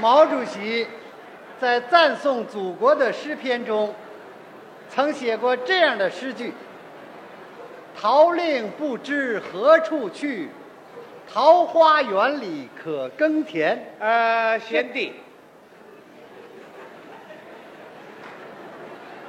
毛主席在赞颂祖国的诗篇中，曾写过这样的诗句：“桃令不知何处去，桃花源里可耕田。呃，贤弟，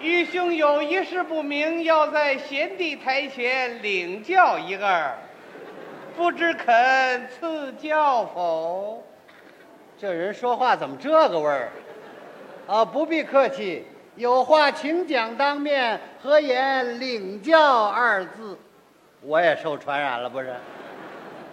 愚兄有一事不明，要在贤弟台前领教一二，不知肯赐教否？”哦这人说话怎么这个味儿？啊，不必客气，有话请讲当面，何言“领教”二字？我也受传染了，不是？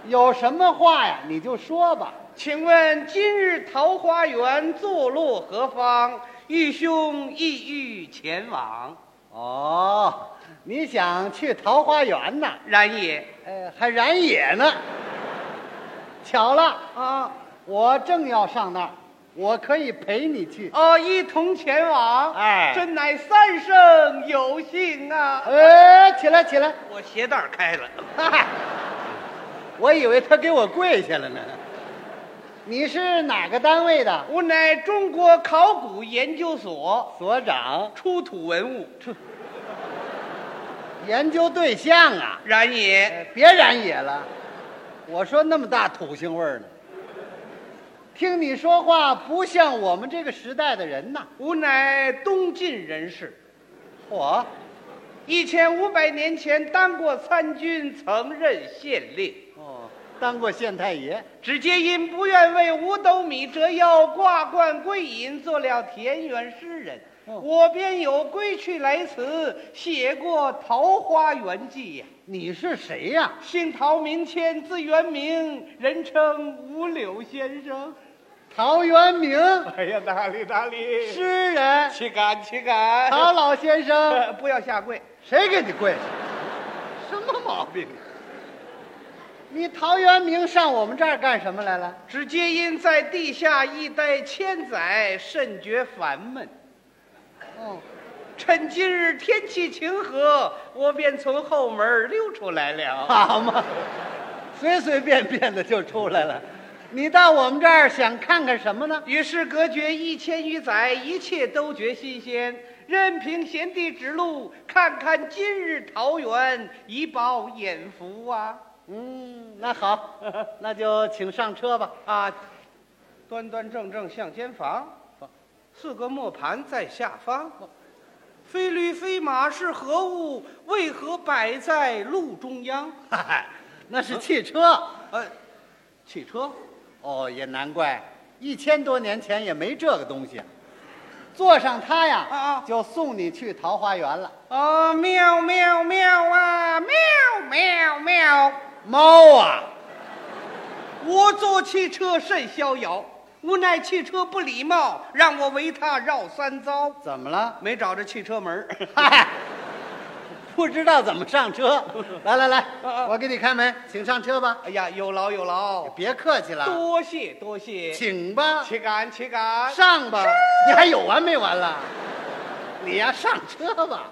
有什么话呀，你就说吧。请问今日桃花源坐落何方？愚兄意欲前往，哦，你想去桃花源呐？然也。呃，还然野呢。巧了，啊，我正要上那儿，我可以陪你去。哦，一同前往，哎真乃三生有幸啊！哎，起来，起来！ 我鞋带开了，嗨，我以为他给我跪下了呢。你是哪个单位的？我乃中国考古研究所所长，出土文物，研究对象啊。然也。别染野了，我说那么大土腥味儿呢。听你说话不像我们这个时代的人呐。吾乃东晋人士，嚯，一千五百年前当过参军，曾任县令。哦，当过县太爷。只皆因不愿为五斗米折腰，挂冠归隐，做了田园诗人。哦我便有《归去来辞》，写过《桃花源记》呀。你是谁呀、姓陶名谦，字元明，人称五柳先生。陶渊明，哎呀，哪里哪里，诗人，岂敢岂敢！陶老先生，呃 不要下跪。谁给你跪下？什么毛病？你陶渊明上我们这儿干什么来了？ 只皆因在地下一待千载，甚觉烦闷。哦，趁今日天气晴和，我便从后门溜出来了。好嘛，随随便便的就出来了。你到我们这儿想看看什么呢？与世隔绝一千余载，一切都觉新鲜。任凭贤弟指路，看看今日桃源，以饱眼福啊！嗯，那好， 那就请上车吧。 啊，端端正正向间房，四个磨盘在下方。非驴非马是何物？为何摆在路中央？嗨，那是汽车。呃，汽车。哦，也难怪，一千多年前也没这个东西。啊坐上它呀，啊啊就送你去桃花源了。啊，喵喵喵啊，喵喵喵！猫啊，我坐汽车甚逍遥，无奈汽车不礼貌，让我为他绕三遭，怎么了？没找着汽车门儿。嗨，不知道怎么上 车。来来来啊啊，我给你开门，请上车吧。哎呀，有劳有劳， 别客气了，多谢多 谢，请吧，岂敢岂敢！上吧。你还有完没完了？你呀，上车吧。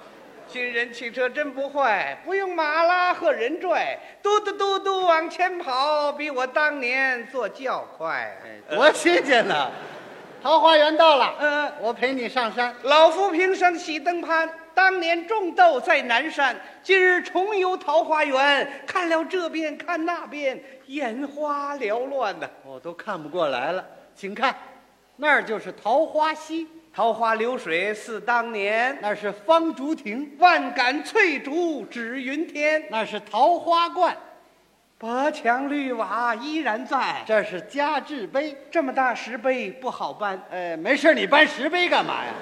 新人汽车真不坏，不用马拉和人拽，嘟嘟嘟嘟往前跑，比我当年坐轿快。多新鲜呐！桃花源到了，呃，我陪你上山。老夫平生喜登攀，当年种豆在南山，今日重游桃花源，看了这边看那边，眼花缭乱呐、我都看不过来了，请看，那儿就是桃花溪，桃花流水似当年，那是方竹亭，万杆翠竹指云天。那是桃花观，薄墙绿瓦依然在，这是嘉志碑。这么大石碑不好搬。哎，没事，你搬石碑干嘛呀？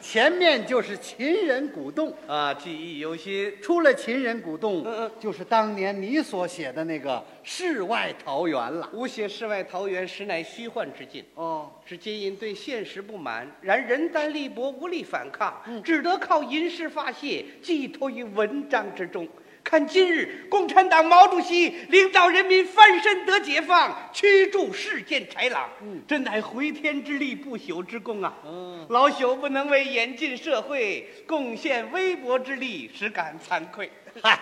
前面就是秦人古洞，啊，记忆犹新。出了秦人古洞，嗯嗯就是当年你所写的那个世外桃源了。吾写世外桃源，实乃虚幻之境。哦，只皆因对现实不满，然人单力薄，无力反抗，只得靠吟诗发泄，寄托于文章之中。看今日，共产党毛主席领导人民翻身得解放，驱逐世间豺狼，真乃回天之力，不朽之功啊！嗯老朽不能为演进社会贡献微薄之力，实感惭愧。嗨，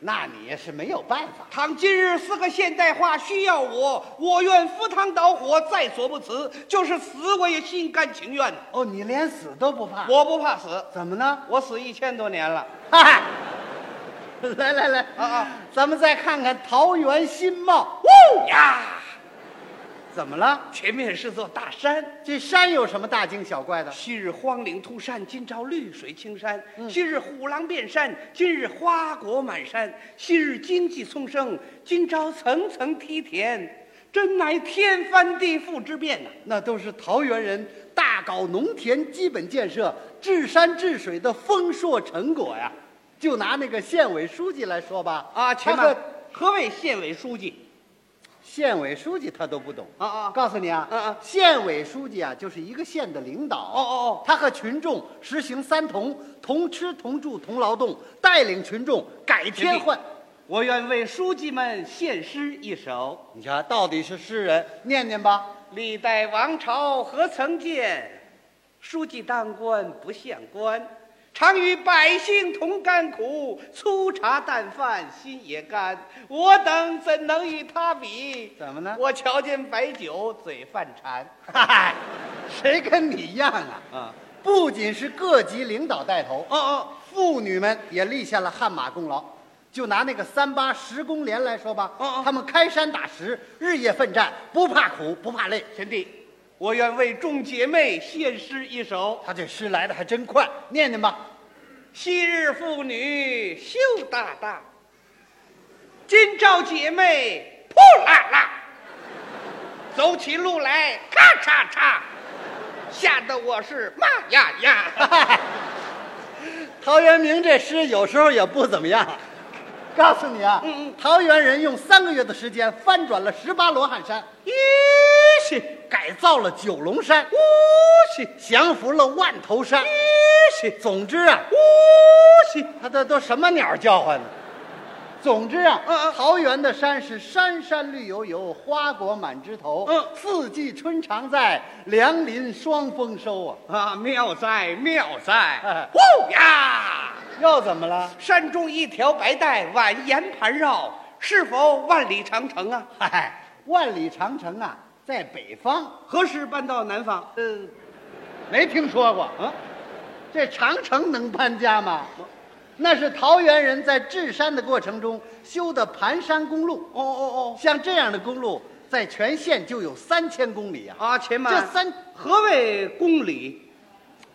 那你也是没有办法。倘今日四个现代化需要我，我愿赴汤蹈火，在所不辞，就是死我也心甘情愿。哦，你连死都不怕？我不怕死，怎么呢？我死一千多年了。 嗨，来来来，啊啊，咱们再看看桃园新貌，呜呀！怎么了？前面是座大山，这山有什么大惊小怪的？昔日荒岭突山，今朝绿水青山；昔日虎狼遍山，今日花果满山；昔日荆棘丛生，今朝层层梯田，真乃天翻地覆之变呐、那都是桃园人大搞农田基本建设、治山治水的丰硕成果呀。就拿那个县委书记来说吧，啊，且他慢和，何谓县委书记？县委书记他都不懂啊啊告诉你啊，嗯嗯县委书记啊就是一个县的领导。哦哦哦，他和群众实行三同：同吃、同住、同劳动，带领群众改天换。我愿为书记们献诗一首：你瞧，到底是诗人，念念吧。 历代王朝何曾见，书记当官不像官，常与百姓同甘苦，粗茶淡饭心也甘。我等怎能与他比？怎么呢我瞧见白酒嘴犯馋。嗨，谁跟你一样啊？啊，不仅是各级领导带头，哦哦，妇女们也立下了汗马功劳。就拿那个三八十工连来说吧，嗯嗯他们开山打石，日夜奋战，不怕苦，不怕累。贤弟，我愿为众姐妹献诗一首。他这诗来的还真快，念念吧。 昔日妇女羞答答，今朝姐妹扑啦啦，走起路来咔嚓嚓，吓得我是妈呀呀！陶渊明这诗有时候也不怎么样。告诉你啊，嗯桃园人用三个月的时间翻转了十八罗汉山，咦西改造了九龙山，呜西降服了万头山。总之啊，呜西，他这都什么鸟叫唤呢？总之啊，嗯嗯桃园的山是山山绿油油，花果满枝头。嗯四季春常在，良林双丰收啊！啊，妙哉妙哉哎！呜呀！又怎么了？山中一条白带蜿蜒盘绕，是否万里长城啊？嗨，万里长城啊，在北方。何时搬到南方？嗯，没听说过啊。这长城能搬家吗？那是桃园人在治山的过程中修的盘山公路。哦哦像这样的公路，在全县就有三千公里啊！哦！啊，且慢。这三何谓公里？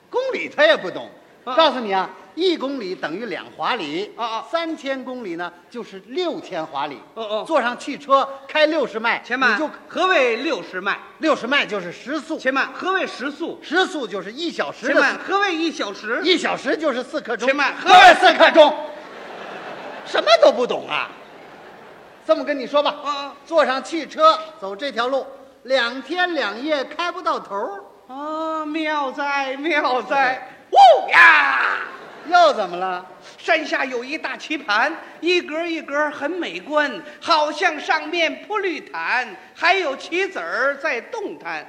公里他也不懂。啊告诉你啊，一公里等于两华里啊啊三千公里呢就是六千华里。哦哦坐上汽车开六十迈，且慢，你就何谓六十迈？六十迈就是时速，且慢，何谓时速？时速就是一小时且的慢，何谓一小时？一小时就是四刻钟。且慢何为四刻钟？什么都不懂啊！这么跟你说吧，啊坐上汽车走这条路，两天两夜开不到头儿，啊！妙哉妙哉！呜呀！又怎么了？ 山下有一大棋盘，一格一格很美观，好像上面铺绿毯，还有棋子儿在动弹。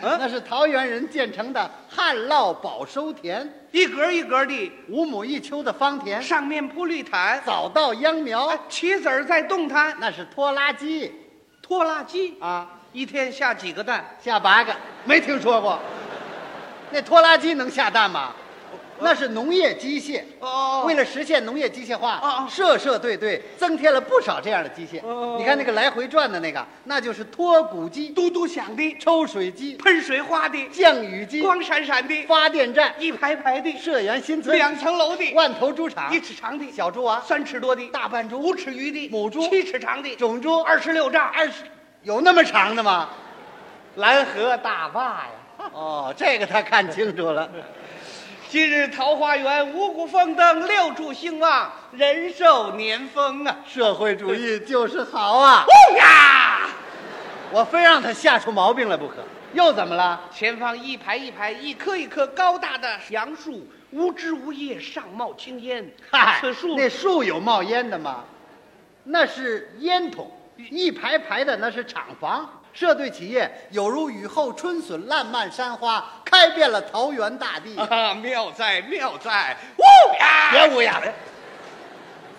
那是桃园人建成的旱涝保收田，一格一格的，五亩一丘的方田，上面铺绿毯，早稻秧苗啊，棋子儿在动弹。那是拖拉机拖拉机啊，一天下几个蛋？下八个没听说过。那拖拉机能下蛋吗？那是农业机械。哦为了实现农业机械化，哦哦社社对对增添了不少这样的机械。哦哦你看那个来回转的那个，那就是脱谷机、嘟嘟响的，抽水机、喷水花的，降雨机、光闪闪的，发电站、一排排的，社员新村、两层楼的，万头猪场一、尺长的，小猪娃、三尺多的，大半猪、五尺余的，母猪七尺长的，种猪，二十六丈，二十有那么长的吗？蓝河大坝呀。哦，这个他看清楚了。今日桃花源五谷丰登，六畜兴旺，人寿年丰啊！社会主义就是好啊！哦呀！我非让他吓出毛病来不可。又怎么了？前方一排一排、一棵一棵高大的杨树，无枝无叶，上冒青烟。嗨此，树那树有冒烟的吗？那是烟筒，一排排的那是厂房。社队企业有如雨后春笋烂漫山花，开遍了桃园大地。哦啊，妙哉妙哉！呜呀！别乌鸦了，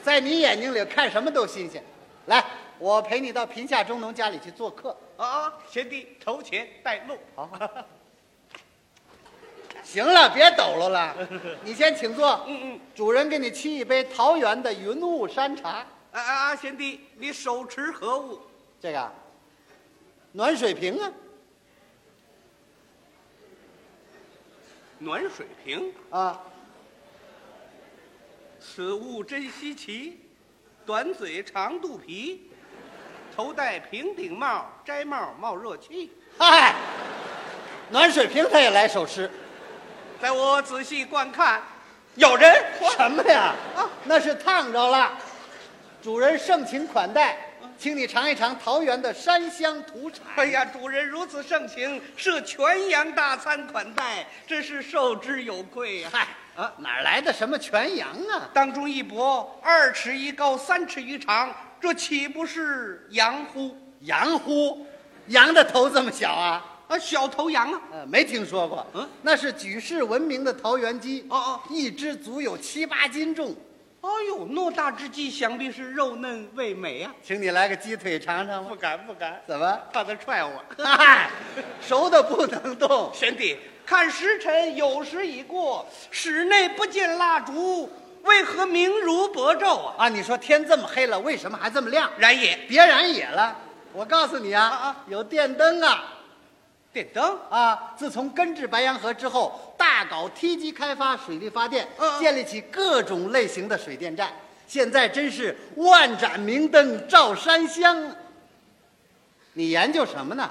在你眼睛里看什么都新鲜。来，我陪你到贫下中农家里去做客。啊，贤弟头前带路。好，行了，别抖搂 了，你先请坐。嗯嗯，主人给你沏一杯桃园的云雾山茶，啊啊啊！贤弟，你手持何物？这个啊暖水瓶啊暖水瓶。啊，此物真稀奇，短嘴长肚皮，头戴平顶帽，摘帽冒热气。嗨，暖水瓶他也来首诗，待我仔细观看，有人什么呀？啊那是烫着了。主人盛情款待，请你尝一尝桃园的山乡土产。 哎呀，主人如此盛情，设全羊大餐款待，真是受之有愧呀、嗨，啊哪儿来的什么全羊啊？当中一薄，二尺一高，三尺一长，这岂不是羊乎？羊乎，羊的头这么小啊？啊，小头羊啊！呃，没听说过。嗯，那是举世闻名的桃园鸡。哦哦一只足有七八斤重，哎呦，偌大之际，想必是肉嫩味美啊！请你来个鸡腿尝尝吧。敢不敢，怎么？怕他踹 我。嗨，熟的不能动。贤弟，看时辰有时已过，室内不见蜡烛，为何明如薄昼啊？啊，你说天这么黑了，为什么还这么亮？然也，别染野了。我告诉你啊，啊啊有电灯啊电灯啊！自从根治白洋河之后，大搞梯级开发水力发电，嗯嗯建立起各种类型的水电站。现在真是万盏明灯照山乡啊。你研究什么呢？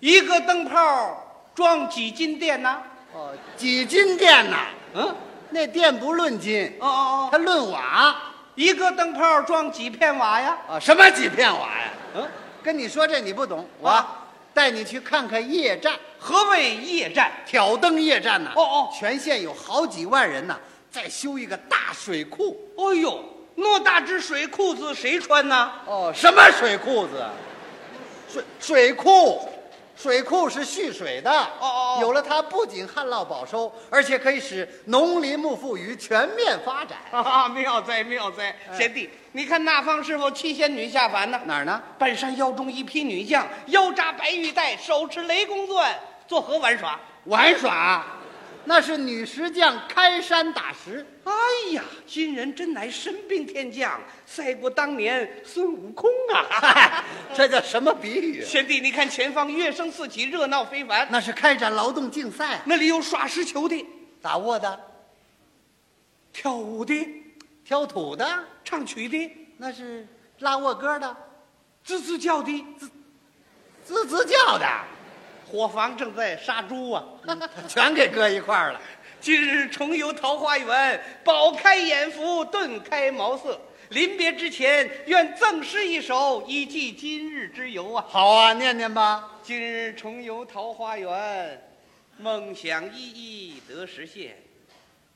一个灯泡装几斤电呢、哦，几斤电呐？嗯，哦那电不论斤，哦它论瓦哦，一个灯泡装几片瓦呀？啊！什么几片瓦呀？嗯，跟你说这你不懂，我啊带你去看看夜战。何谓夜战？挑灯夜战呐、哦哦全县有好几万人呐、在修一个大水库。哎呦，偌大之水裤子谁穿呢？哦，什么水库子？水水库，水库是蓄水的。哦哦哦有了它，不仅旱涝保收，而且可以使农林牧副渔全面发展。啊，妙哉妙哉！贤弟，你看那方是否七仙女下凡呢？哪儿呢？半山腰中一批女将，腰扎白玉带，手持雷公钻，作何玩耍？玩耍，那是女石匠开山打石。 哎呀，今人真乃神兵天将，赛过当年孙悟空啊！这叫什么比喻？ 贤弟，你看前方乐声四起，热闹非凡，那是开展劳动竞赛啊，那里有耍石球的、打窝的、跳舞的、挑土的，唱曲的、那是拉沃歌的、吱吱叫的。吱吱叫的， 伙房正在杀猪啊！全给搁一块儿了。今日重游桃花源，饱开眼福，顿开茅塞。临别之前，愿赠诗一首，以寄今日之游啊！好啊，念念吧。 今日重游桃花源，梦想一一得实现。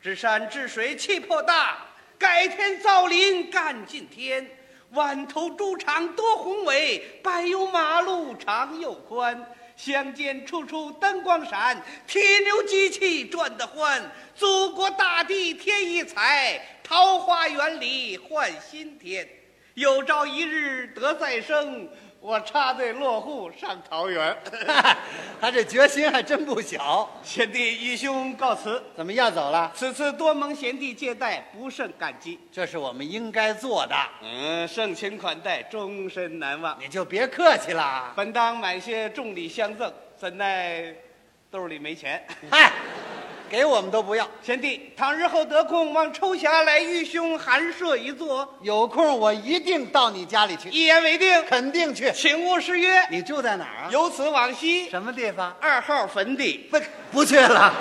治山治水气魄大，改天造林干尽天。碗头猪场多宏伟，柏油马路长又宽。乡间处处灯光闪，铁牛机器转得欢。祖国大地添一彩，桃花源里换新天。有朝一日得再生，我插队落户上桃园。 他这决心还真不小。贤弟义兄告辞，怎么要走了？此次多蒙贤弟接待，不胜感激。这是我们应该做的，嗯，盛情款待，终身难忘。你就别客气啦。本当买些重礼相赠，怎奈兜里没钱。嗨，给我们都不要。贤弟，倘日后得空，望抽匣来玉兄寒舍一坐，有空我一定到你家里去，一言为定，肯定去。请勿失约。你住在哪儿啊？由此往西，什么地方？二号坟地。不，不去了。